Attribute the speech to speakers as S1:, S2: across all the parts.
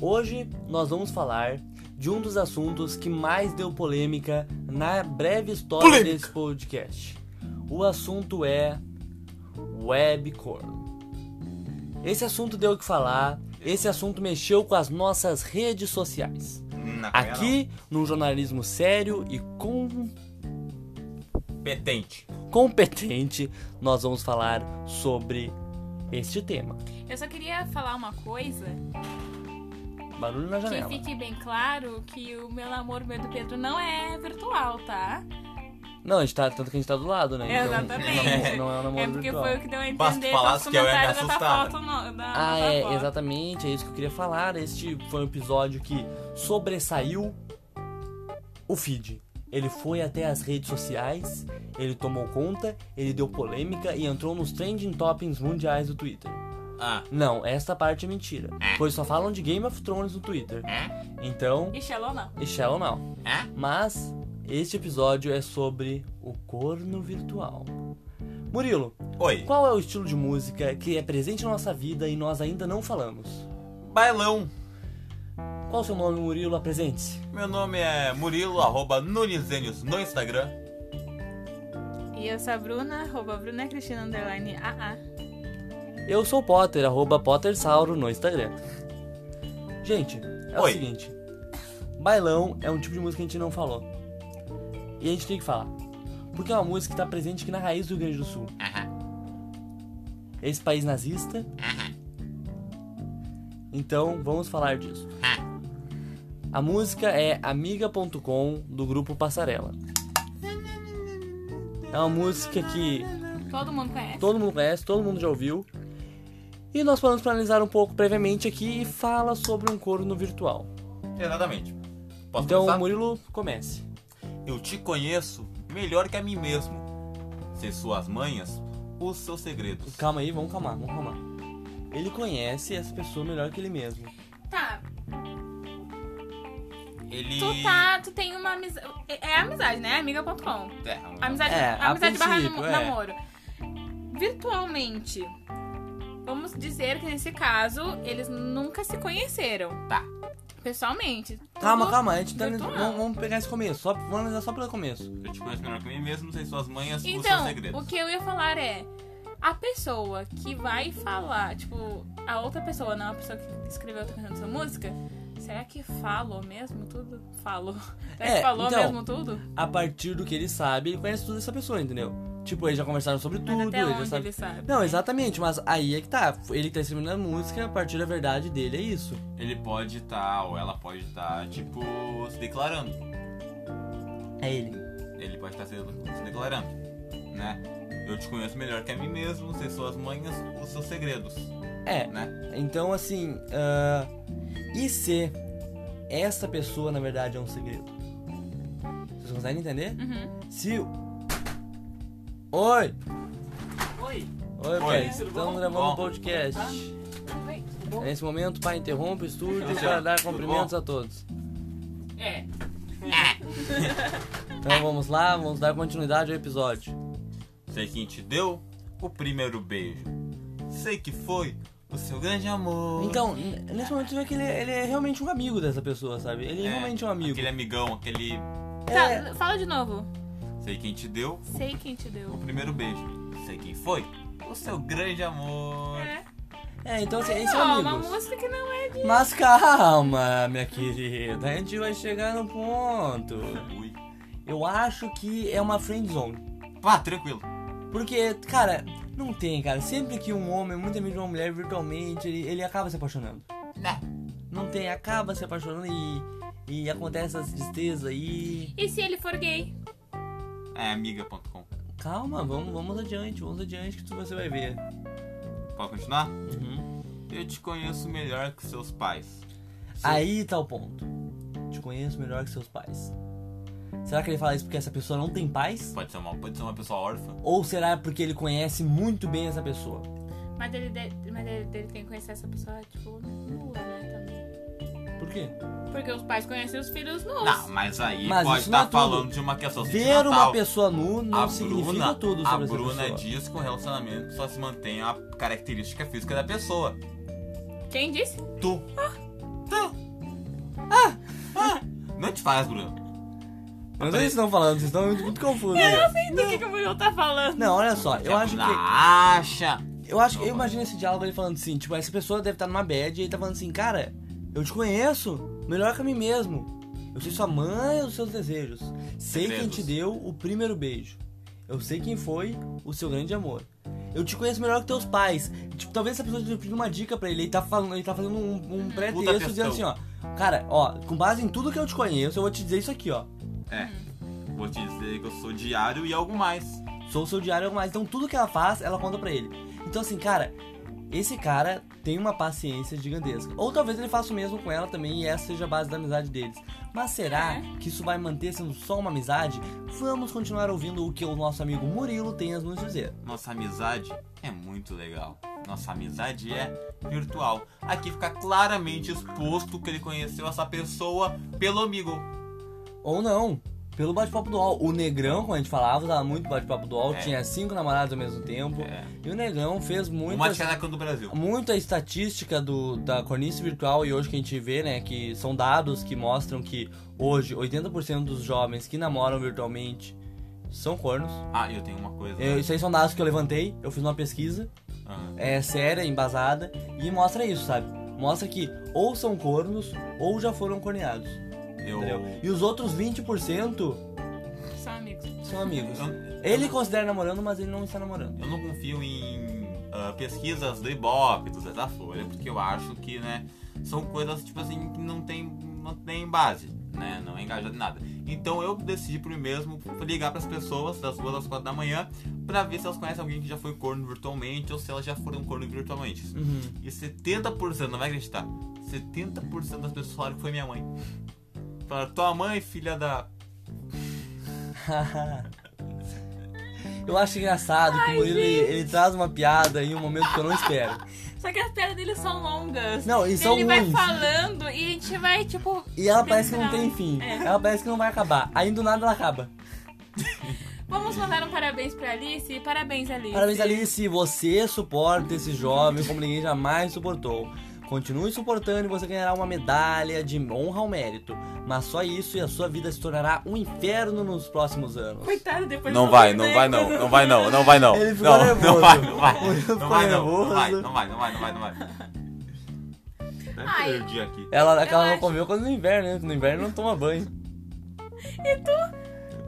S1: Hoje nós vamos falar de um dos assuntos que mais deu polêmica na breve história
S2: Polêmica.
S1: desse podcast. O assunto é webcorn. Esse assunto deu o que falar, esse assunto mexeu com as nossas redes sociais.
S2: Hum, na cara
S1: Aqui, num jornalismo sério e com
S2: não. Petente.
S1: competente, nós vamos falar sobre este tema.
S3: Eu só queria falar uma coisa,
S1: Barulho na
S3: que
S1: janela.
S3: fique bem claro que o meu namoro, meu do Pedro, não é virtual, tá?
S1: Não, a gente tá, tanto que a gente tá do lado, né? Então, Não,
S3: Exatamente.
S1: não é um namoro
S3: é porque
S1: virtual.
S3: foi o que deu a
S2: Basta
S3: entender
S2: falar
S3: nos
S2: que eu ia me
S3: comentários dessa
S2: assustar.
S3: foto. No, da,
S1: Ah,
S3: da
S1: é,
S3: foto.
S1: exatamente, é isso que eu queria falar. Este foi um episódio que sobressaiu o feed. Ele foi até as redes sociais, ele tomou conta, ele deu polêmica e entrou nos trending toppings mundiais do Twitter.
S2: Ah,
S1: Não, essa parte é mentira. Pois só falam de Game of Thrones no Twitter. Então,
S3: E Shalom não.
S1: e Shallow não.
S2: É?
S1: Mas este episódio é sobre o corno virtual. Murilo,
S2: oi.
S1: qual é o estilo de música que é presente na nossa vida e nós ainda não falamos?
S2: Bailão.
S1: Qual o seu nome, Murilo? Apresente-se.
S2: Meu nome é Murilo, arroba Nunizenius no Instagram.
S3: E eu sou a Bruna, arroba Bruna Cristina Underline AA.
S1: Eu sou o Potter, arroba PotterSauro no Instagram. Gente, é o
S2: Oi.
S1: seguinte. Bailão é um tipo de música que a gente não falou. E a gente tem que falar. Porque é uma música que tá presente aqui na raiz do Rio Grande do Sul. Esse país nazista. Então, vamos falar disso. A música é Amiga.com, do grupo Passarela. É uma música que
S3: Todo mundo conhece.
S1: todo mundo conhece, todo mundo já ouviu. E nós vamos analisar um pouco previamente aqui e fala sobre um corno virtual.
S2: Exatamente. Posso
S1: então,
S2: começar?
S1: Murilo, comece.
S2: Eu te conheço melhor que a mim mesmo. Sem suas manhas, os seus segredos.
S1: Calma aí, vamos calmar, vamos calmar. Ele conhece essa pessoa melhor que ele mesmo.
S3: Tá,
S2: Ele.
S3: tu tá, tu tem uma amizade. É amizade, né? Amiga.com.
S2: É,
S3: Amizade,
S1: É, a
S3: amizade barra
S1: princípio,
S3: namo-
S1: é.
S3: namoro. Virtualmente, vamos dizer que nesse caso, eles nunca se conheceram.
S2: Tá.
S3: Pessoalmente.
S1: Calma,
S3: Tudo-
S1: calma, a gente tá.
S3: virtual.
S1: Vamos, vamos pegar esse começo, só, vamos analisar só pelo começo.
S2: Eu te conheço melhor que a mim mesmo, sem suas manhas, os seus
S3: Então,
S2: segredos.
S3: o que eu ia falar é... A pessoa que vai falar, tipo, a outra pessoa, não a pessoa que escreveu outra canção de sua música, será que falou mesmo tudo? Falou. Será
S1: É,
S3: que falou
S1: então,
S3: mesmo tudo?
S1: A partir do que ele sabe, ele conhece tudo essa pessoa, entendeu? Tipo, eles já conversaram sobre
S3: Mas
S1: tudo,
S3: até
S1: ele
S3: onde
S1: já sabe.
S3: ele sabe?
S1: Não, exatamente, mas aí é que tá. Ele tá escrevendo a música, a partir da verdade dele é isso.
S2: Ele pode estar, ou ela pode estar, tipo, se declarando.
S1: É ele.
S2: Ele pode estar se, se declarando, né? Eu te conheço melhor que a mim mesmo, sem suas manhas, os seus segredos,
S1: É,
S2: né?
S1: Então, assim, ah, e se essa pessoa, na verdade, é um segredo? Vocês conseguem entender?
S3: Uhum.
S1: Se. o- Oi!
S4: Oi,
S1: Oi, pai. Estamos
S4: Bom,
S1: gravando
S2: bom.
S1: um podcast.
S4: tudo bem? Tudo bom?
S1: Nesse momento, o pai interrompe o estúdio
S2: Tudo
S1: para
S2: bom?
S1: dar
S2: Tudo
S1: cumprimentos
S2: bom?
S1: a todos.
S4: É,
S1: Então vamos lá, vamos dar continuidade ao episódio.
S2: Sei quem te deu o primeiro beijo. Sei que foi o seu grande amor.
S1: Então, n- nesse momento, você vê que ele, é- ele é realmente um amigo dessa pessoa, sabe? Ele é, realmente um amigo.
S2: Aquele amigão, aquele.
S1: É.
S3: Tá, fala de novo.
S2: Sei quem te deu o
S3: Sei quem te deu.
S2: o primeiro beijo. Sei quem foi o seu grande amor.
S3: É.
S1: É, então, assim, eles são
S3: Ó, uma
S1: amigos.
S3: música que não é de.
S1: Mas calma, minha querida, a gente vai chegar no ponto.
S2: Ui.
S1: Eu acho que é uma friend zone.
S2: Pá, tranquilo.
S1: Porque, cara, não tem, cara. Sempre que um homem é muito amigo de uma mulher virtualmente, ele, ele acaba se apaixonando.
S2: Né?
S1: Não tem, acaba se apaixonando e, e acontece essas tristezas aí.
S3: E se ele for gay?
S2: É amiga.com.
S1: Calma, vamos, vamos adiante, vamos adiante que tu, você vai ver.
S2: Pode continuar?
S1: Uhum.
S2: Eu te conheço melhor que seus pais.
S1: Aí tá o ponto. Te conheço melhor que seus pais. Será que ele fala isso porque essa pessoa não tem pais?
S2: Pode ser uma, pode ser uma pessoa órfã.
S1: Ou será porque ele conhece muito bem essa pessoa?
S3: Mas ele, de- mas ele, ele tem que conhecer essa pessoa, tipo, nua, né? Também.
S1: Por quê?
S3: Porque os pais conhecem os filhos nus.
S2: Não, mas aí
S1: Mas
S2: pode
S1: isso não é
S2: estar
S1: tudo.
S2: falando de uma questão
S1: Ver uma
S2: sentimental.
S1: pessoa nu não
S2: a
S1: significa
S2: Bruna,
S1: tudo
S2: a
S1: sobre essa
S2: Bruna é
S1: pessoa.
S2: diz que o relacionamento só se mantém a característica física da pessoa.
S3: Quem disse?
S2: Tu. Tu. te faz, Bruno?
S1: Eu não sei o é que vocês estão falando, vocês estão muito, muito confusos.
S3: Eu não sei do que, que o Bruno tá falando.
S1: Não, olha só, eu acho que.
S2: Acha!
S1: Eu acho que eu imagino esse diálogo ele falando assim, tipo, essa pessoa deve estar numa bad e ele tá falando assim, cara, eu te conheço, melhor que a mim mesmo. Eu sei sua mãe e os seus desejos. Sei quem
S2: Segredos.
S1: te deu o primeiro beijo. Eu sei quem foi o seu grande amor. Eu te conheço melhor que teus pais. Tipo, talvez essa pessoa tenha pedido uma dica pra ele. Ele tá falando, ele tá fazendo um, um pretexto
S2: questão.
S1: dizendo assim, ó. Cara, ó, com base em tudo que eu te conheço, eu vou te dizer isso aqui, ó.
S2: É. Vou te dizer que eu sou diário e algo mais.
S1: Sou seu diário algo mais. Então tudo que ela faz, ela conta pra ele. Então assim, cara, esse cara tem uma paciência gigantesca. Ou talvez ele faça o mesmo com ela também e essa seja a base da amizade deles. Mas será
S3: É.
S1: que isso vai manter sendo só uma amizade? Vamos continuar ouvindo o que o nosso amigo Murilo tem a nos dizer.
S2: Nossa amizade é muito legal. Nossa amizade é virtual. Aqui fica claramente exposto que ele conheceu essa pessoa pelo amigo.
S1: Ou não. Pelo bate-papo do UOL. O Negrão, como a gente falava, usava muito bate-papo do UOL,
S2: É.
S1: tinha cinco namorados ao mesmo tempo.
S2: É.
S1: E o Negrão fez muito.
S2: Uma de cada canto do Brasil.
S1: muito a estatística do, da cornice virtual e hoje que a gente vê, né, que são dados que mostram que hoje 80% dos jovens que namoram virtualmente são cornos.
S2: Ah, eu tenho uma coisa. Ah,
S1: Eu, É, isso aí são dados que eu levantei, eu fiz uma pesquisa,
S2: Aham.
S1: é séria, embasada, e mostra isso, sabe? Mostra que ou são cornos ou já foram corneados,
S2: Eu,
S1: entendeu? E os outros 20%
S3: São amigos.
S1: são amigos.
S2: eu-
S1: Ele considera namorando, mas ele não está namorando.
S2: eu não confio em ah, pesquisas do Ibope, do Zé da Folha, porque eu acho que, né, são coisas, tipo assim, que não tem, não tem base, né, não é engajado em nada. Então eu decidi por mim mesmo ligar pras pessoas das duas às quatro da manhã pra ver se elas conhecem alguém que já foi corno virtualmente ou se elas já foram corno virtualmente.
S1: Uhum.
S2: E 70%, não vai acreditar, 70% das pessoas falaram que foi minha mãe. Falaram, tua mãe, filha da...
S1: eu acho engraçado que o Murilo ele, ele traz uma piada em um momento que eu não espero.
S3: Só que as piadas dele são longas.
S1: Não, e são
S3: Ele vai
S1: ruins.
S3: falando e a gente vai, tipo.
S1: E ela parece que não tem
S3: pensando.
S1: fim.
S3: É.
S1: Ela parece que não vai acabar. Aí do nada ela acaba.
S3: Vamos mandar um parabéns pra Alice. Parabéns, Alice.
S1: Parabéns, Alice. Você suporta esse jovem como ninguém jamais suportou. Continue suportando e você ganhará uma medalha de honra ao mérito. Mas só isso e a sua vida se tornará um inferno nos próximos anos.
S3: Coitado, depois
S2: Não
S3: eu
S2: vai,
S3: sou
S2: não vai não,
S3: bem,
S2: não vai não, não vai não.
S1: Ele ficou
S2: não,
S1: nervoso.
S2: não vai, não vai.
S1: Ele ficou
S2: Não vai não, não
S1: nervoso.
S2: vai, não vai, não vai, não vai, não vai. Deve
S3: Ai.
S2: perder o dia aqui.
S1: Ela, ela não
S3: acho-
S1: comeu quando no inverno, né? No inverno não toma banho.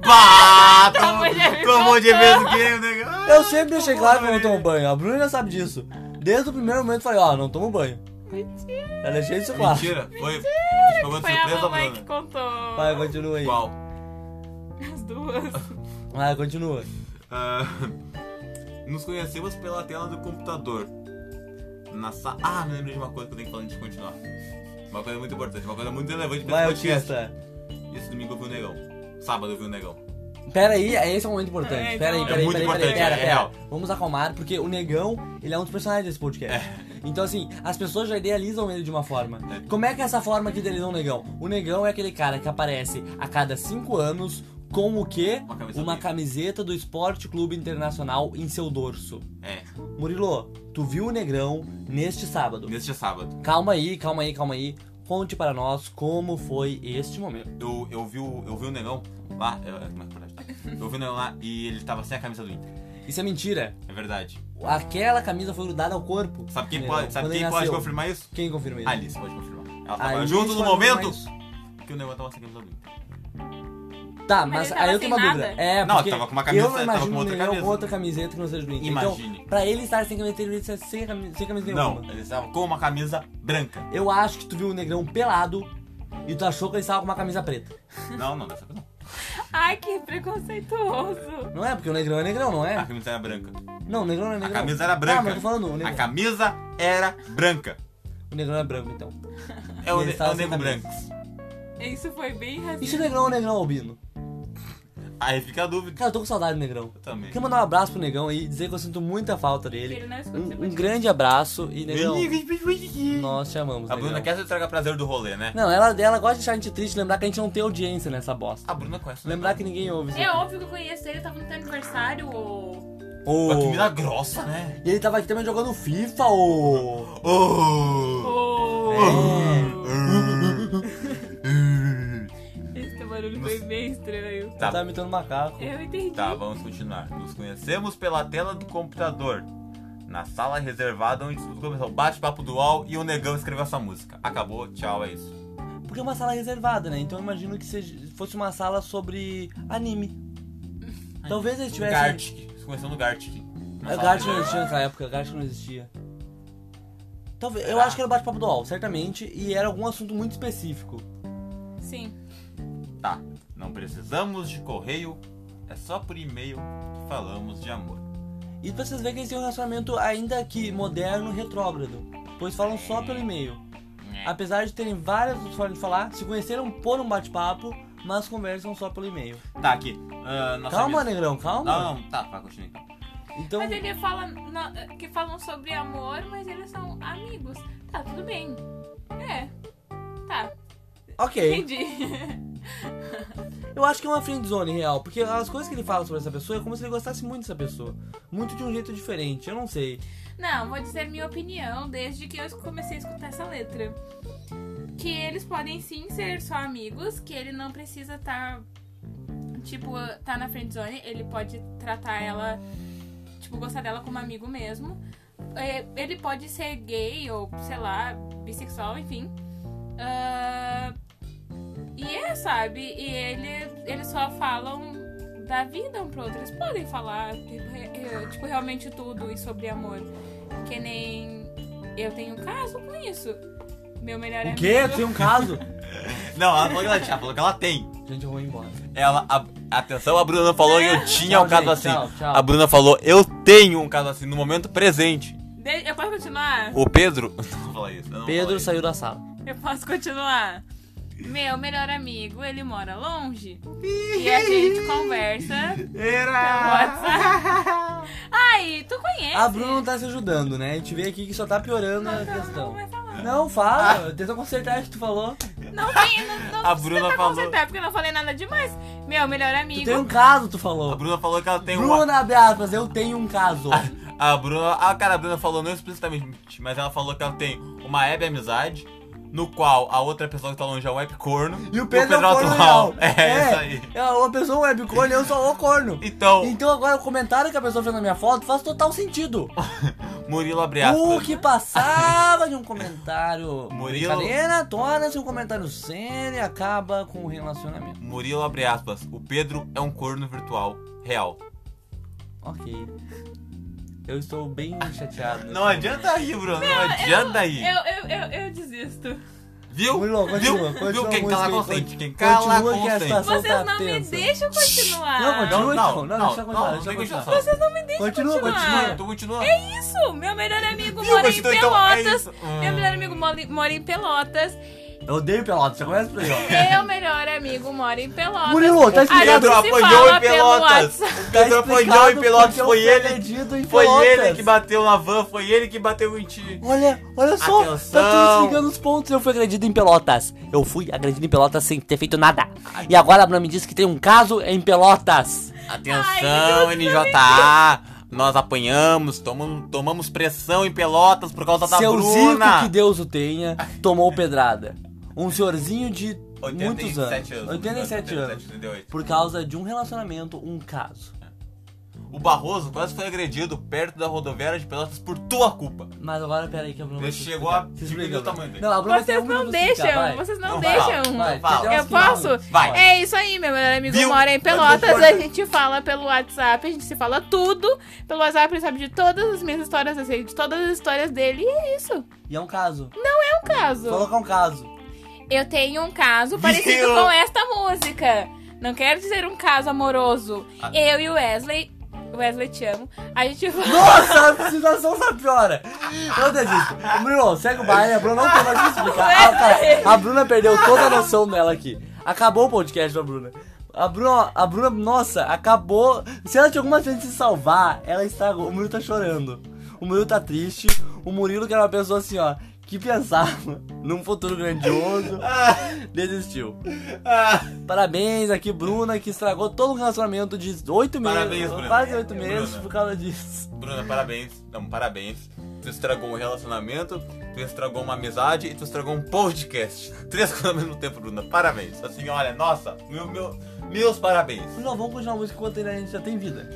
S2: Bah,
S3: Tomou de
S2: tomou- tomou de vez né? o game, negão.
S1: Eu sempre deixei claro que eu um não tomo banho. A Bruna já sabe disso. Desde o primeiro momento eu falei, ó, não tomo banho.
S3: Mentira.
S1: Já deixei isso claro.
S2: Mentira, foi. Pegou de
S3: Foi a
S2: surpresa,
S3: mamãe que
S2: Bruna.
S3: contou.
S1: Vai, continua aí.
S2: Qual?
S3: As duas.
S1: Vai, continua.
S2: Ah, nos conhecemos pela tela do computador. Na sa... Ah, me lembrei de uma coisa que eu tenho que falar antes de continuar. Uma coisa muito importante, uma coisa muito relevante pra
S1: Vai,
S2: esse podcast.
S1: autista.
S2: Esse domingo eu vi o negão. Sábado eu vi o negão.
S1: Pera aí, esse é um momento importante.
S3: É,
S1: Pera aí,
S3: então-
S1: pera
S2: É
S1: aí,
S2: muito
S1: pera aí, pera aí,
S2: importante,
S1: pera,
S2: é
S1: pera.
S2: real.
S1: Vamos acalmar, porque o Negão, ele é um dos personagens desse podcast. Então, assim, as pessoas já idealizam ele de uma forma.
S2: É.
S1: Como é que é essa forma que idealizam o Negão? O Negão é aquele cara que aparece a cada cinco anos com o quê?
S2: Uma camisa
S1: Uma
S2: dele.
S1: camiseta do Esporte Clube Internacional em seu dorso.
S2: É,
S1: Murilo, tu viu o Negrão neste sábado.
S2: neste sábado.
S1: Calma aí, calma aí, calma aí. Conte para nós como foi este momento.
S2: eu, eu, vi o, eu vi o negão lá. Eu, é, como é que pode ajudar? eu vi o negão lá e ele tava sem a camisa do Inter.
S1: Isso é mentira.
S2: É verdade.
S1: Aquela camisa foi grudada ao corpo.
S2: Sabe quem
S1: do Negão,
S2: pode, sabe
S1: quando ele
S2: quem pode
S1: nasceu.
S2: confirmar isso?
S1: Quem confirma isso?
S2: A Alice pode confirmar. Ela
S1: A
S2: tava
S1: Alice
S2: junto no
S1: pode
S2: momento
S1: confirmar
S2: que o negão tava sem a camisa do Inter.
S1: isso. Tá, mas,
S3: Mas ele tava
S1: aí eu tenho uma
S3: sem
S1: dúvida.
S3: nada?
S1: É,
S2: Não,
S1: porque
S2: tava com uma camisa,
S1: eu não
S2: tava
S1: imagino
S2: com outra
S1: o Negão
S2: camisa.
S1: com outra camiseta que não seja do Inter. Então,
S2: Imagine.
S1: pra ele estar sem camiseta, ele precisa sem camisa, sem camisa
S2: Não,
S1: nenhuma.
S2: ele estava com uma camisa branca.
S1: Eu acho que tu viu o Negrão pelado e tu achou que ele estava com uma camisa preta.
S2: Não, não, dessa vez não.
S3: Ai, que preconceituoso.
S1: Não é? Porque o Negrão é Negrão, não
S2: A
S1: é?
S2: camisa era branca.
S1: Não, o Negrão não é
S2: A
S1: Negrão.
S2: camisa era
S1: Ah,
S2: branca.
S1: mas eu tô falando, o
S2: a
S1: Negrão.
S2: camisa era branca.
S1: O Negrão é branco, então.
S2: É o,
S1: Ele
S2: ne- é
S1: tava
S2: o
S1: sem
S2: nego
S1: camisa.
S2: branco.
S3: Isso foi bem
S1: E se o
S3: racista.
S1: Negrão é o Negrão Albino?
S2: Aí fica a dúvida.
S1: Cara, eu tô com saudade do Negrão.
S2: Eu também.
S1: Quero mandar um abraço pro Negão aí, dizer que eu sinto muita falta
S3: Ele
S1: dele.
S3: não é escuta
S1: Um,
S3: esse
S1: um
S3: podcast.
S1: grande abraço e Negrão,
S2: A
S1: nós te amamos,
S2: Bruna
S1: Negrão.
S2: quer se traga prazer do rolê, né?
S1: Não, ela, ela gosta de deixar a gente triste, lembrar que a gente não tem audiência nessa bosta.
S2: A Bruna conhece. o
S1: Lembrar
S2: negão.
S1: que ninguém ouve. isso
S3: É
S1: aqui.
S3: óbvio que eu conheço ele, tava no teu aniversário, ô.
S1: Ô,
S2: Mas que mina grossa, né?
S1: E ele tava aqui também jogando FIFA, ô.
S2: Oh!
S3: Ô.
S1: É.
S3: Esse bem estranho.
S1: Tá.
S2: Tá.
S1: tá imitando macaco.
S3: Eu entendi.
S2: Tá, vamos continuar. Nos conhecemos pela tela do computador. Na sala reservada onde tudo começou. Bate-papo do UOL e o negão escreveu essa música. Acabou, tchau, é isso.
S1: Porque é uma sala reservada, né? Então eu imagino que seja- fosse uma sala sobre anime. Talvez
S2: Um
S1: eles tivessem.
S2: Gartic. Se conheceu no Gartic. Na
S1: um É,
S2: sala
S1: Gartic não existia
S2: reservada.
S1: naquela época, Gartic não existia. Talvez, eu
S2: Será?
S1: acho que era o bate-papo do UOL, certamente, e era algum assunto muito específico.
S3: Sim.
S2: Tá, não precisamos de correio. É só por e-mail que falamos de amor.
S1: E pra vocês verem que eles têm um relacionamento ainda que moderno e retrógrado, pois falam só pelo e-mail. Apesar de terem várias outras formas de falar, se conheceram por um bate-papo, mas conversam só pelo e-mail.
S2: Tá, aqui. Ah, nossa
S1: Calma,
S2: amiga-
S1: negrão, calma.
S2: Não, não, tá, vai continuar então.
S1: Então,
S3: Mas ele fala na- que falam sobre amor, mas eles são amigos. Tá, tudo bem. É. Tá,
S1: ok.
S3: entendi.
S1: Eu acho que é uma friend zone real, porque as coisas que ele fala sobre essa pessoa é como se ele gostasse muito dessa pessoa. Muito de um jeito diferente, eu não sei.
S3: Não, vou dizer minha opinião desde que eu comecei a escutar essa letra. Que eles podem sim ser só amigos, que ele não precisa tá estar. tipo, tá na friendzone, ele pode tratar ela. tipo, gostar dela como amigo mesmo. É, Ele pode ser gay ou, sei lá, bissexual, enfim. Ah, e é, sabe? E ele, eles só falam da vida um pro outro. Eles podem falar, tipo, re- eh, tipo, realmente tudo e sobre amor. Que nem eu tenho um caso com isso. Meu melhor
S1: O
S3: amigo.
S1: quê? Tu tem um caso?
S2: Não, ela falou que ela tinha, ela falou que ela tem.
S1: Gente, eu vou embora.
S2: Ela, a- atenção, a Bruna falou eu tinha
S1: Tchau,
S2: um caso
S1: gente,
S2: assim.
S1: tchau, tchau.
S2: A Bruna falou eu tenho um caso assim no momento presente.
S3: De- Eu posso continuar?
S2: O Pedro. Não vou falar isso. eu não vou falar
S1: Pedro
S2: isso.
S1: saiu da sala.
S3: Eu posso continuar? Meu melhor amigo, ele mora longe. e a gente conversa no WhatsApp. Ai, tu conhece?
S1: A Bruna não tá se ajudando, né? A gente vê aqui que só tá piorando a
S3: Não,
S1: questão.
S3: vai falar.
S1: Não, fala. Tenta consertar o que tu falou.
S3: Não tem, não, não
S2: A
S3: precisa
S2: Bruna
S3: pra
S2: falou.
S3: consertar, porque eu não falei nada demais. Meu melhor
S1: Tu
S3: amigo.
S1: tem um caso, tu
S2: A
S1: falou.
S2: Bruna falou que ela tem Ah, um.
S1: Bruna, abre aspas, eu tenho um caso.
S2: A Bruna. A cara, a Bruna falou não explicitamente, mas ela falou que ela tem uma web amizade, no qual a outra pessoa que tá longe é um web corno.
S1: E o Pedro, é o
S2: Pedroto
S1: corno
S2: Hall.
S1: real.
S2: É, é isso aí.
S1: É, uma pessoa webcorn, eu sou o corno.
S2: Então,
S1: Então agora o comentário que a pessoa fez na minha foto faz total sentido.
S2: Murilo abre
S1: O
S2: aspas.
S1: Uh,
S2: né?
S1: que passava de um comentário
S2: Murilo.
S1: brincadeira torna-se um comentário sério e acaba com o relacionamento.
S2: Murilo abre aspas. O Pedro é um corno virtual real.
S1: Ok. Eu estou bem chateado.
S2: Não é- adianta rir, Bruno. Não adianta rir.
S3: Eu, eu, eu, eu desisto.
S2: Viu?
S1: Murilo,
S2: Viu?
S1: continua,
S2: Viu?
S1: continua
S2: Quem
S1: a
S2: cala
S1: música,
S2: consente. Quem
S1: continua
S2: cala
S1: que a
S2: consente.
S1: situação
S3: Vocês
S1: tá
S3: não me
S1: tensa.
S3: deixam continuar.
S1: Não, continua.
S2: Ah,
S1: então.
S2: Não, não,
S1: Não, não, deixa eu
S2: não,
S1: continuar,
S2: não
S1: deixa eu
S2: tem
S1: continuar.
S2: continuação.
S3: Vocês não me deixam
S1: Continua,
S3: continuar.
S1: continua.
S2: Tu continua.
S3: É isso. Meu melhor amigo
S2: Viu,
S3: mora em
S2: continua, então, é
S3: Pelotas.
S2: isso.
S3: Meu
S2: Hum.
S3: melhor amigo mora- mora em Pelotas.
S1: Eu odeio pelota, já começa por aí, ó.
S3: Meu melhor amigo mora em Pelotas.
S1: Murilo, tá
S3: A gente
S1: explicado.
S2: Pedro
S3: se
S2: apanhou
S3: fala
S2: em
S3: pelo
S2: Pelotas.
S3: WhatsApp.
S2: O
S1: Tá
S2: Pedro apanhou em Pelotas.
S1: é um
S2: Foi ele. Foi ele que
S1: bateu.
S2: bateu na van. Foi ele que bateu em ti.
S1: Olha, olha só, tá tudo
S2: Atenção.
S1: desligando os pontos. Eu fui agredido em Pelotas. Eu fui agredido em Pelotas sem ter feito nada. E agora a Bruna me disse que tem um caso em Pelotas.
S2: Atenção, NJA. Nós apanhamos, tomamos, tomamos pressão em Pelotas por causa da
S1: Seu Zico,
S2: Bruna.
S1: que Deus o tenha, tomou pedrada. Um senhorzinho de muitos anos.
S2: 87
S1: 87 anos.
S2: 88.
S1: Por causa de um relacionamento, um caso.
S2: O Barroso quase foi agredido perto da rodoviária de Pelotas por tua culpa.
S1: Mas agora, peraí, que a Bruna.
S2: Ele
S1: vai se
S2: chegou
S1: explicar.
S2: a
S1: Se
S2: diminuir
S1: explica,
S2: o
S1: Bruna.
S2: tamanho dele.
S1: Não, a Bruna tem
S3: Vocês
S1: um
S3: não
S1: minuto pra se explicar,
S3: deixam,
S1: vai.
S3: vocês não
S2: Não,
S3: deixam.
S1: Vai,
S2: Fala.
S1: tem
S3: Eu
S1: umas que não.
S3: posso?
S2: Vai.
S3: É isso aí, meu melhor amigo
S2: Viu?
S3: mora
S2: Vai
S3: em Pelotas.
S2: concordar.
S3: A gente fala pelo WhatsApp, a gente se fala tudo. Pelo WhatsApp ele sabe de todas as minhas histórias, eu sei de todas as histórias dele. E é isso.
S1: E é um caso.
S3: É um caso.
S1: Vou colocar um caso.
S3: Eu tenho um caso parecido
S2: Viu?
S3: com esta música. Não quero dizer um caso amoroso.
S2: Ah.
S3: Eu e o Wesley. Wesley, te amo. A gente vai.
S1: Nossa, a situação tá só piora. Eu desisto. Bruno, segue o baile. A Bruna não tem mais o que explicar. A, cara, a Bruna perdeu toda a noção dela aqui. Acabou o podcast da Bruna. A Bruna, a Bruna, nossa, acabou. Se ela tinha alguma chance de se salvar, ela estragou. O Murilo tá chorando. O Murilo tá triste. O Murilo, que era uma pessoa assim, ó, que pensava num futuro grandioso, desistiu.
S2: Ah,
S1: Parabéns aqui, Bruna, que estragou todo um relacionamento de oito meses.
S2: Parabéns, Bruna. É,
S1: Quase oito meses
S2: Bruna.
S1: por causa disso.
S2: Bruna, parabéns. Não, parabéns. Tu estragou um relacionamento, tu estragou uma amizade e tu estragou um podcast. Três coisas ao mesmo tempo, Bruna. Parabéns. Assim, olha, é nossa, meu, meu, Meus parabéns.
S1: Não, vamos continuar a música enquanto ainda a gente já tem vida.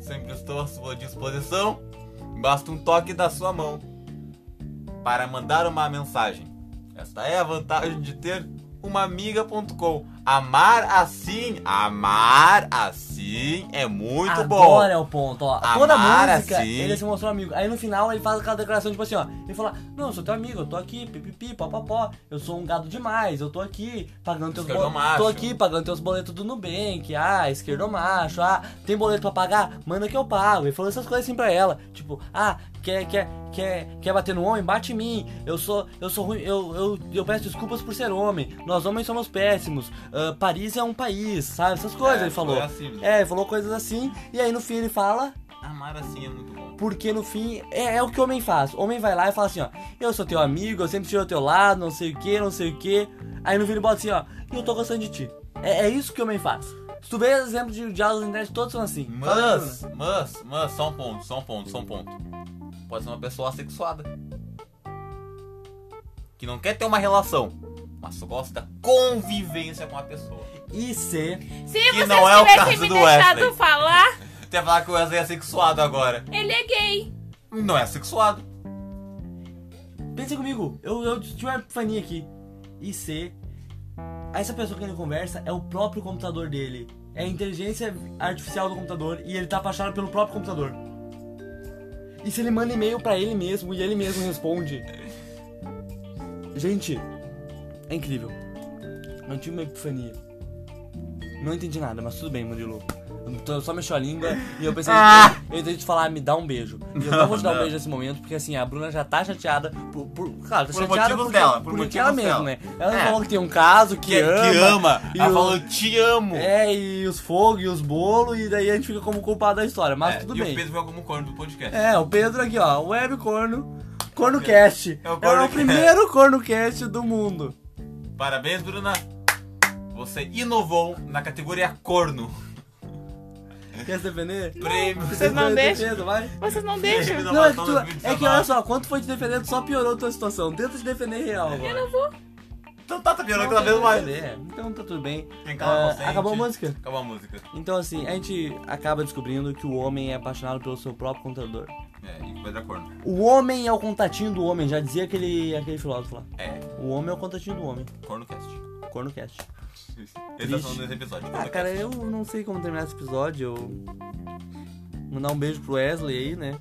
S2: Sempre estou à sua disposição. Basta um toque da sua mão para mandar uma mensagem. Esta é a vantagem de ter uma amiga.com. Amar assim, amar assim é muito bom.
S1: Agora é o ponto, ó.
S2: Amar
S1: Toda música
S2: assim.
S1: ele se mostrou amigo. Aí no final ele faz aquela declaração, tipo assim, ó. Ele fala, não, eu sou teu amigo, eu tô aqui, pipipi, papapó. Eu sou um gado demais, eu tô aqui pagando teus boletos.
S2: Esquerdomacho.
S1: Tô aqui pagando teus boletos do Nubank, ah, esquerdo macho, ah, tem boleto pra pagar? Manda que eu pago. Ele falou essas coisas assim pra ela. Tipo, ah, quer, quer, quer, quer bater no homem? Bate em mim. Eu sou, eu sou ruim, eu, eu, eu peço desculpas por ser homem. Nós homens somos péssimos. Ah, Paris é um país, sabe? Essas coisas
S2: É,
S1: ele falou.
S2: foi assim.
S1: É, ele falou coisas assim, e aí no fim ele fala,
S2: Amar assim é muito bom.
S1: porque no fim é, é o que homem faz. Homem vai lá e fala assim, ó, eu sou teu amigo, eu sempre estive ao teu lado, não sei o que, não sei o que. Aí no fim ele bota assim, ó, eu tô gostando de ti. É, é isso que homem faz. Se tu vê os exemplos de diálogos na internet, todos são assim. Fala aí,
S2: Mas,
S1: Bruna.
S2: mas, mas, só um ponto, só um ponto, só um ponto. Pode ser uma pessoa assexuada. Que não quer ter uma relação, mas só gosta da convivência com a pessoa.
S1: E se...
S3: Se
S2: Que
S3: vocês
S2: não é o
S3: tivessem
S2: caso
S3: me
S2: do
S3: deixado
S2: Wesley.
S3: falar,
S2: Até falar que o Wesley é assexuado agora.
S3: ele é gay.
S2: Não é assexuado.
S1: Pensa comigo, eu, eu tive uma epifania aqui. E se... Essa pessoa que ele conversa é o próprio computador dele. É a inteligência artificial do computador e ele tá apaixonado pelo próprio computador. E se ele manda e-mail pra ele mesmo e ele mesmo responde? Gente, é incrível. Eu tive uma epifania. Não entendi nada, mas tudo bem, Murilo. Eu só mexeu a língua e eu pensei, eu entendi de falar, me dá um beijo. E eu não vou te dar um
S2: não.
S1: beijo nesse momento, porque assim, a Bruna já tá chateada por. por claro, tá
S2: Por
S1: chateada
S2: motivos
S1: porque,
S2: dela, por
S1: porque
S2: motivos
S1: ela mesmo,
S2: dela.
S1: né? Ela
S2: É.
S1: falou que tem um caso que,
S2: Que, que ama.
S1: e
S2: Ela
S1: o-
S2: falou, te amo.
S1: É, e os fogos e os bolos, e daí a gente fica como culpado da história, mas
S2: É,
S1: tudo
S2: e
S1: bem.
S2: o Pedro foi algum corno do podcast.
S1: É, o Pedro aqui, ó, web corno, cornocast.
S2: É
S1: Ela é
S2: o
S1: o
S2: cornocast.
S1: primeiro cornocast do mundo.
S2: Parabéns, Bruna. Você inovou na categoria corno.
S1: Quer se defender?
S2: Prêmio.
S1: Você
S3: não
S1: vai
S3: deixam.
S1: defender, vai.
S3: Vocês não deixam.
S2: Não,
S1: Não, é que,
S2: mas
S1: tu-
S2: tá no vídeo
S1: é que olha
S2: chamado.
S1: só, quanto foi te defendendo, só piorou a tua situação. Tenta te defender real
S2: É,
S1: agora.
S3: Eu não vou.
S2: Então tá, tá piorando cada
S1: tem
S2: vez mais.
S1: defender, Então tá tudo bem.
S2: Tem calma,
S1: Ah,
S2: consciente.
S1: acabou a música?
S2: Acabou a música.
S1: Então assim, a gente acaba descobrindo que o homem é apaixonado pelo seu próprio computador.
S2: É, e o Pedro é corno.
S1: O homem é o contatinho do homem, já dizia aquele, aquele filósofo lá.
S2: É,
S1: O homem é o contatinho do homem.
S2: cornocast.
S1: Cornocast.
S2: Esse é o nome desse episódio.
S1: Ah,
S2: cornocast.
S1: cara, eu não sei como terminar esse episódio. Eu... Mandar um beijo pro Wesley aí, né?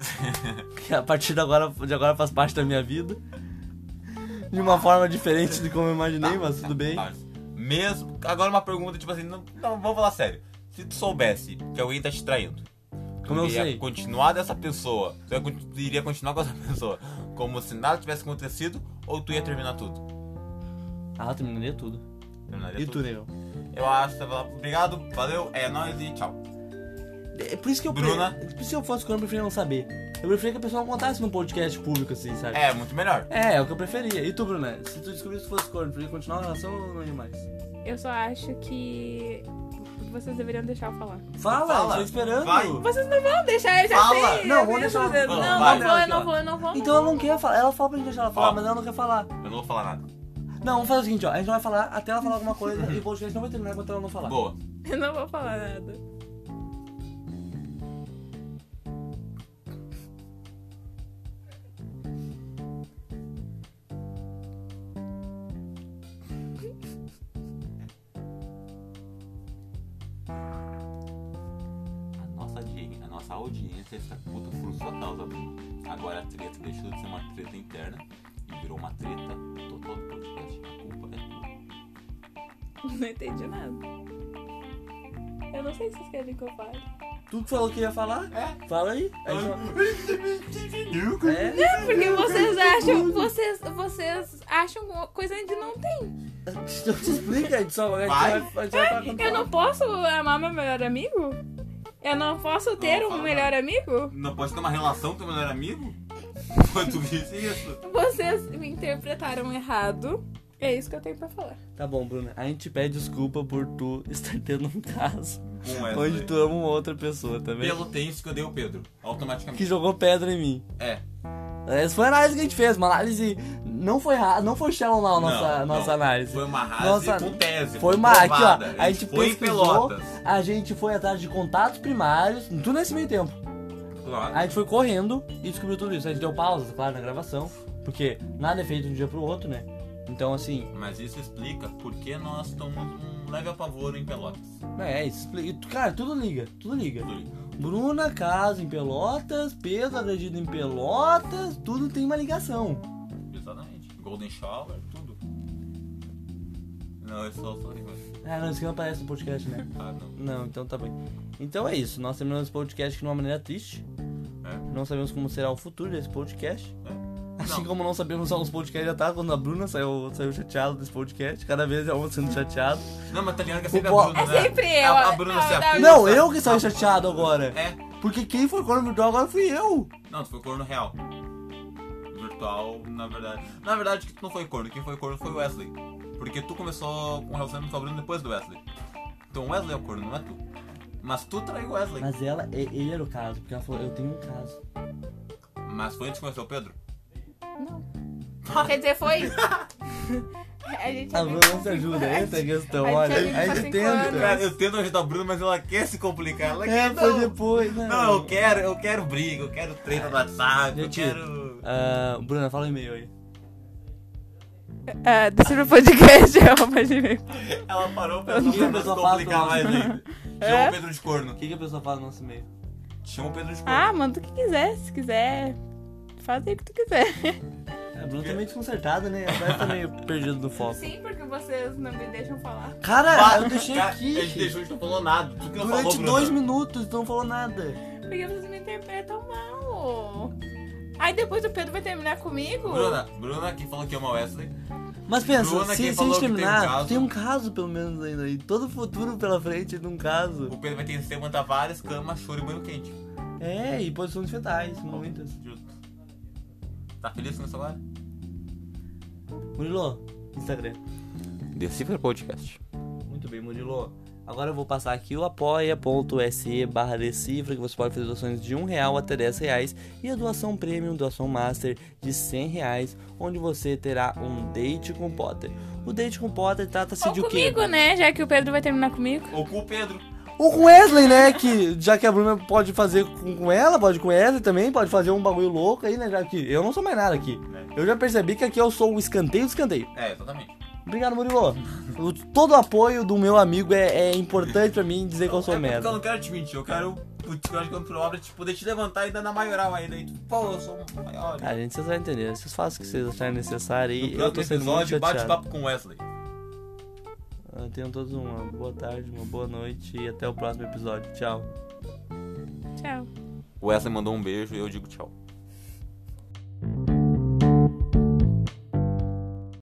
S1: que a partir de agora, de agora faz parte da minha vida. De uma forma diferente de como eu imaginei, mas tudo bem.
S2: Tá. Mesmo. Agora uma pergunta, tipo assim, não, não, vamos falar sério. Se tu soubesse que alguém tá te traindo, tu
S1: Como eu
S2: iria
S1: sei?
S2: continuar dessa pessoa, tu ia con- tu iria continuar com essa pessoa como se nada tivesse acontecido, ou tu ia terminar tudo?
S1: Ah, terminaria tudo.
S2: Terminaria
S1: E tu,
S2: tudo.
S1: Negão?
S2: Eu acho, tá bom. obrigado, valeu, é nóis e tchau.
S1: É por isso que eu.
S2: Bruna?
S1: Por isso que eu fosse quando eu preferia não saber. Eu preferia que a pessoa não contasse num podcast público, assim, sabe?
S2: É, muito melhor.
S1: É, é o que eu preferia. E tu, Bruna? Se tu descobrisse que fosse corno, tu ia continuar a relação ou não ia mais?
S3: Eu só acho que vocês deveriam deixar eu falar.
S1: Fala,
S2: Fala.
S1: eu Ah, tô esperando.
S2: Vai.
S3: Vocês não vão deixar, eu já
S2: Fala.
S3: sei.
S1: Não,
S3: eu
S1: vamos
S3: vi
S1: deixar
S3: vocês.
S1: ela-
S3: Não,
S2: Vamos,
S3: não
S2: vai.
S3: vou, eu não vou, eu não vou.
S1: Então ela não quer falar. Ela fala pra gente deixar ela falar,
S2: Ó.
S1: mas ela não quer falar.
S2: Eu não vou falar nada.
S1: Não, vamos fazer o seguinte, ó. A gente vai falar até ela falar alguma coisa e o podcast não vai terminar enquanto ela não falar.
S2: Boa.
S3: Eu não vou falar nada.
S2: A nossa, audi- a nossa audiência está puta por sua causa, Bruno. Agora a treta deixou de ser uma treta interna e virou uma treta total do podcast. A culpa é tua.
S3: Não entendi nada. Eu não sei se vocês querem que eu fale.
S1: Tu que falou que ia falar?
S2: É.
S1: Fala aí. A gente vai- É.
S3: Porque vocês acham. Vocês, vocês acham coisa que não tem.
S1: Então te explica, a gente só a gente vai, a
S2: Vai.
S1: gente vai falar quando
S3: Eu não posso amar meu melhor amigo? Eu não posso ter
S2: Não,
S3: um
S2: fala
S3: melhor amigo?
S2: Não pode ter uma relação com o melhor amigo? Quando tu disse isso?
S3: Vocês me interpretaram errado. É isso que eu tenho pra falar.
S1: Tá bom, Bruna. A gente pede desculpa por tu estar tendo um caso
S2: Com Wesley.
S1: onde tu ama uma outra pessoa, tá vendo?
S2: é. Pelo tenso que eu dei o Pedro,
S1: Que
S2: automaticamente.
S1: jogou pedra em mim.
S2: É.
S1: Essa foi a análise que a gente fez, uma análise Não foi, ra- não foi shallow now a nossa,
S2: Não,
S1: nossa
S2: não.
S1: análise.
S2: Foi uma análise
S1: Nossa,
S2: com tese.
S1: Foi uma. Aqui, ó.
S2: comprovada.
S1: A gente
S2: foi em
S1: pesquisou,
S2: Pelotas.
S1: a gente foi atrás de contatos primários, tudo nesse meio tempo.
S2: Claro.
S1: A gente foi correndo e descobriu tudo isso. A gente deu pausas, claro, na gravação, porque nada é feito de um dia pro outro, né? Então, assim,
S2: Mas isso explica por que nós tomamos um leve apavoro em Pelotas.
S1: é isso. Cara, tudo liga, tudo liga.
S2: Tudo.
S1: Bruna, casa em Pelotas, Pedro agredido em Pelotas, tudo tem uma ligação.
S2: Exatamente. Golden Shower, tudo. Não, eu só sou
S1: Ah, não, isso aqui não aparece no podcast, né?
S2: Ah, não.
S1: Não, então tá bem. Então é isso, nós terminamos esse podcast de uma maneira triste.
S2: É.
S1: Não sabemos como será o futuro desse podcast.
S2: É.
S1: Assim
S2: Não.
S1: como não sabemos alguns podcasts já tá, quando a Bruna saiu, saiu chateada desse podcast. Cada vez é um sendo chateado.
S2: Não, mas tá ligado que é sempre
S1: O
S2: a
S1: Bo-
S2: Bruna,
S3: É
S2: né?
S3: sempre
S2: A-
S3: eu,
S2: A,
S3: né?
S2: Bruna
S3: Não,
S2: se
S3: não,
S2: acusa.
S1: Não, eu que saí chateado agora.
S2: É.
S1: Porque quem foi corno virtual agora fui eu.
S2: Não, tu foi corno real. Virtual, na verdade. Na verdade, que tu não foi corno. Quem foi corno foi o Wesley. Porque tu começou com o relacionamento com a Bruna depois do Wesley. Então o Wesley é o corno, não é tu. Mas tu traiu o Wesley. Mas,
S1: Mas ela, e- ele era o caso, porque ela falou, eu tenho um caso.
S2: foi antes que conheceu o Pedro.
S3: Não. Quer dizer, foi. a gente é
S1: A
S3: bem
S1: Bruna Ah, não se ajuda,
S3: conflituante.
S1: essa é a questão,
S3: A gente
S1: olha.
S3: é amigo
S1: A
S3: faz
S1: gente
S3: cinco anos.
S1: tenta.
S2: Cara, eu tento ajudar a Bruna, mas ela quer se complicar. Ela
S1: É,
S2: quer.
S1: foi
S2: não.
S1: depois, né?
S2: Não, eu quero, eu quero briga, eu quero treta do WhatsApp, eu
S1: Gente,
S2: quero.
S1: Ah, Bruna, fala o e-mail aí.
S3: Ah, deixa no podcast, é uma
S2: Ela parou pra
S1: Eu não
S2: não
S1: lembro
S2: se
S1: do sapato,
S2: complicar
S1: não.
S2: mais ainda. Chama o Pedro de
S1: O
S2: corno.
S1: que, que a pessoa fala no nosso e-mail?
S2: Chama o Pedro de
S3: Ah,
S2: corno.
S3: manda o que quiser, se quiser. Faz aí o que tu quiser.
S2: É,
S1: A Bruna tá meio desconcertada, né? Ela tá meio perdida do foco.
S3: Sim, porque vocês não me deixam falar.
S1: Cara, eu deixei
S2: Cara,
S1: aqui.
S2: A gente deixou, a gente não falou nada. Tu que não
S1: Durante
S2: falou,
S1: dois
S2: Bruna.
S1: minutos, não falou nada.
S3: Porque vocês me interpretam mal. Aí depois o Pedro vai terminar comigo?
S2: Bruna, Bruna, quem falou que ama o Wesley?
S1: Mas pensa, se,
S2: Bruna, quem
S1: se a gente
S2: falou que tem um
S1: terminar,
S2: caso?
S1: tem um caso pelo menos ainda aí. Todo futuro pela frente de um caso.
S2: O Pedro vai ter que ser mandar várias camas, choro e banho quente.
S1: É, e posições fetais, muitas.
S2: Justo. Tá feliz com isso agora?
S1: Murilo, Instagram.
S2: Decifra Podcast.
S1: Muito bem, Murilo. Agora eu vou passar aqui o apoia.se barra decifra, que você pode fazer doações de um real até 10 reais e a doação premium, doação master de 100 reais, onde você terá um date com o Potter. O date com o Potter trata-se
S3: Ou
S1: de o quê?
S3: comigo, né? Já que o Pedro vai terminar comigo.
S2: Ou com o Pedro.
S1: Ou com Wesley, né? Que já que a Bruna pode fazer com, com ela, pode com Wesley também, pode fazer um bagulho louco aí, né? Já que eu não sou mais nada aqui.
S2: né?
S1: Eu já percebi que aqui eu sou o escanteio do escanteio.
S2: É, exatamente.
S1: Obrigado, Murilo. O- todo o apoio do meu amigo é, é importante pra mim dizer que eu sou
S2: é porque eu
S1: merda.
S2: não quero te mentir, eu quero. Putz, eu acho que tipo, eu pro obra te poder te levantar e dar na maioral ainda. E tu, pô, eu sou um maior.
S1: Ah, gente, vocês vão entender. Vocês fazem o que vocês acharem necessário
S2: No
S1: e eu tô
S2: próximo
S1: sendo muito
S2: episódio,
S1: chateado.
S2: bate-papo com o Wesley.
S1: Ah, Tenham todos uma boa tarde, uma boa noite e até o próximo episódio. Tchau.
S3: Tchau.
S2: O Wesley mandou um beijo e eu digo tchau.